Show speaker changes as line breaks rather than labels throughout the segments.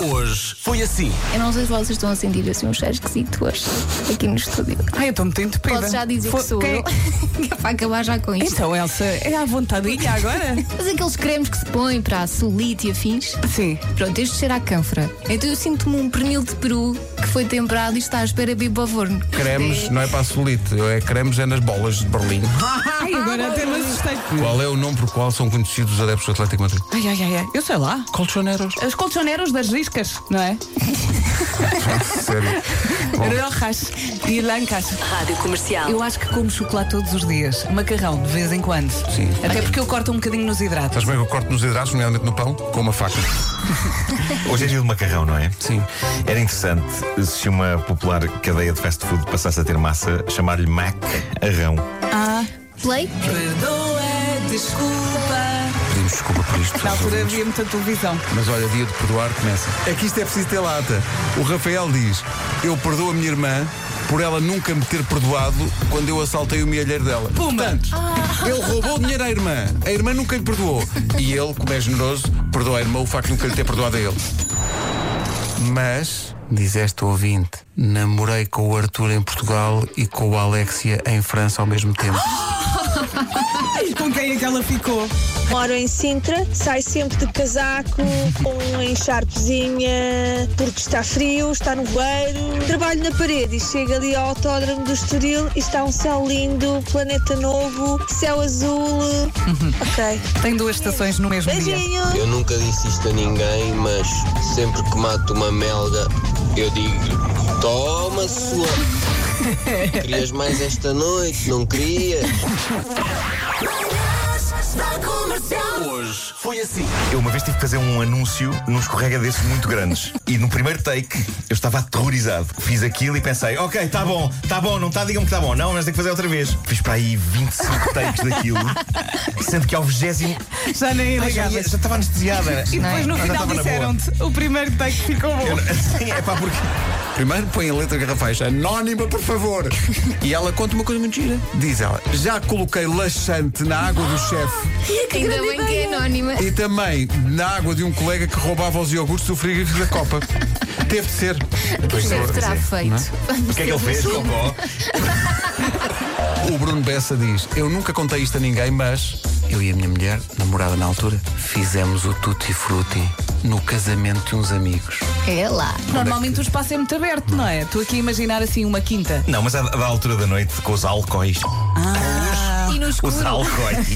hoje foi assim.
Eu não sei se vocês estão a sentir assim um cheiro esquisito hoje, aqui no estúdio.
Ai, eu estou muito entupida.
Posso já dizer
Foi-
que sou
quem-
eu. Que é para acabar já com isto.
Então, Elsa, é à vontadinha agora?
Então, Mas aqueles cremes que se põem para a solite e afins.
Sim.
Pronto, este cheiro à cânfora. Então eu sinto-me um pernil de peru que foi temperado e está à espera de ir para o forno.
Cremes, não é para a solite, é cremes é nas bolas de Berlim.
Ai, agora até me assustei.
Qual é o nome por qual são conhecidos os adeptos do Atlético de Madrid?
Ai, ai, ai, ai, eu sei lá.
Colchoneros.
As colchoneros das riscas, não é?
Sério. Bom,
Rojas e lancas.
Rádio Comercial.
Eu acho que como chocolate todos os dias. Macarrão, de vez em quando.
Sim.
Até porque eu corto um bocadinho nos hidratos.
estás bem que eu corto nos hidratos, nomeadamente no pão, com uma faca.
Hoje é dia do macarrão, não é?
Sim.
Era interessante se uma popular cadeia de fast food passasse a ter massa, chamar-lhe macarrão.
Ah,
É. Play?
perdoa, desculpa.
Pedimos desculpa por isto.
Na altura havia muita televisão.
Mas olha, dia de perdoar começa. É que isto é preciso ter lata. O Rafael diz: Eu perdoo a minha irmã por ela nunca me ter perdoado quando eu assaltei o milheiro dela.
Puma.
Portanto, ele roubou o dinheiro à irmã. A irmã nunca lhe perdoou. E ele, como é generoso, perdoa a irmã o facto de nunca lhe ter perdoado a ele. Mas, diz esta ouvinte, namorei com o Arthur em Portugal e com o Alexia em França ao mesmo tempo.
Ai, com quem é que ela ficou?
Moro em Sintra, saio sempre de casaco, com um encharpezinha, porque está frio, está no bueiro. Trabalho na parede e chego ali ao autódromo do Estoril e está um céu lindo, planeta novo, céu azul. Ok.
Tem duas estações no mesmo dia.
Beijinhos!
Eu nunca disse isto a ninguém, mas sempre que mato uma melga, eu digo: Toma, sua! Querias mais esta noite, não querias?
Eu uma vez tive que fazer um anúncio num escorrega desses muito grandes. E no primeiro take eu estava aterrorizado. Fiz aquilo e pensei, ok, tá bom, tá bom, não tá, digam que tá bom. Não, mas tem que fazer outra vez. Fiz para aí 25 takes daquilo, sendo que ao 20
Já nem é
Ai, já, ia-
ligavas.
já estava anestesiada.
E depois no final
Já estava na boa.
disseram-te o primeiro take ficou bom.
Sim, é pá, porque.
Primeiro põe a letra garrafais, anónima, por favor. E ela conta uma coisa mentira. Diz ela, já coloquei laxante na água do chefe
Ainda bem que é anónima.
e também na água de um colega que roubava os iogurtes do frigorífico da Copa. Teve de ser.
O
é,
chefe terá feito.
O que é que ele fez? Cocó.
O Bruno Bessa diz, eu nunca contei isto a ninguém, mas eu e a minha mulher, namorada na altura, fizemos o tutti frutti no casamento de uns amigos.
É lá.
Normalmente o espaço é muito aberto, não é? Estou aqui a imaginar assim uma quinta.
Não, mas à, da altura da noite, com os álcoois.
E no escuro.
Os álcoois.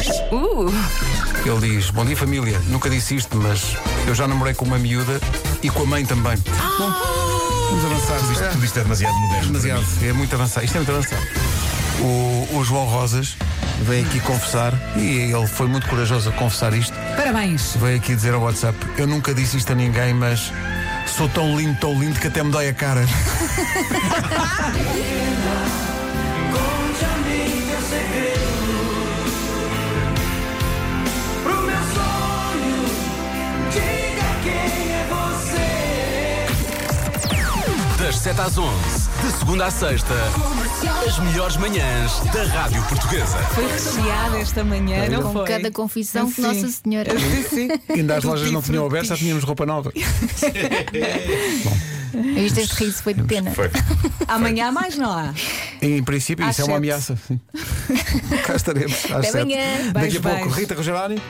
Ele diz: Bom dia, família. Nunca disse isto, mas eu já namorei com uma miúda e com a mãe também. Bom, vamos avançar.
tudo, isto, tudo isto é demasiado moderno.
demasiado. É muito avançado. Isto é muito avançado. O, o João Rosas veio aqui confessar, e ele foi muito corajoso a confessar isto.
Parabéns.
Veio aqui dizer ao WhatsApp: Eu nunca disse isto a ninguém, mas sou tão lindo, tão lindo que até me dói a cara.
Das 7 às 11, de segunda à sexta, as melhores manhãs da Rádio Portuguesa.
Foi recheada esta manhã, não
Com
foi?
cada confissão que
Sim.
Nossa Senhora.
Sim, sim.
Ainda as lojas não tinham aberto, já tínhamos roupa nova.
Eu Isto este riso foi de pena.
Foi.
Amanhã há mais não há?
Em princípio,
Às
isso é uma
sete.
ameaça. Sim. Cá estaremos às
Até
sete.
amanhã.
Daqui
Beijo,
a pouco,
beijo.
Rita Rogerani.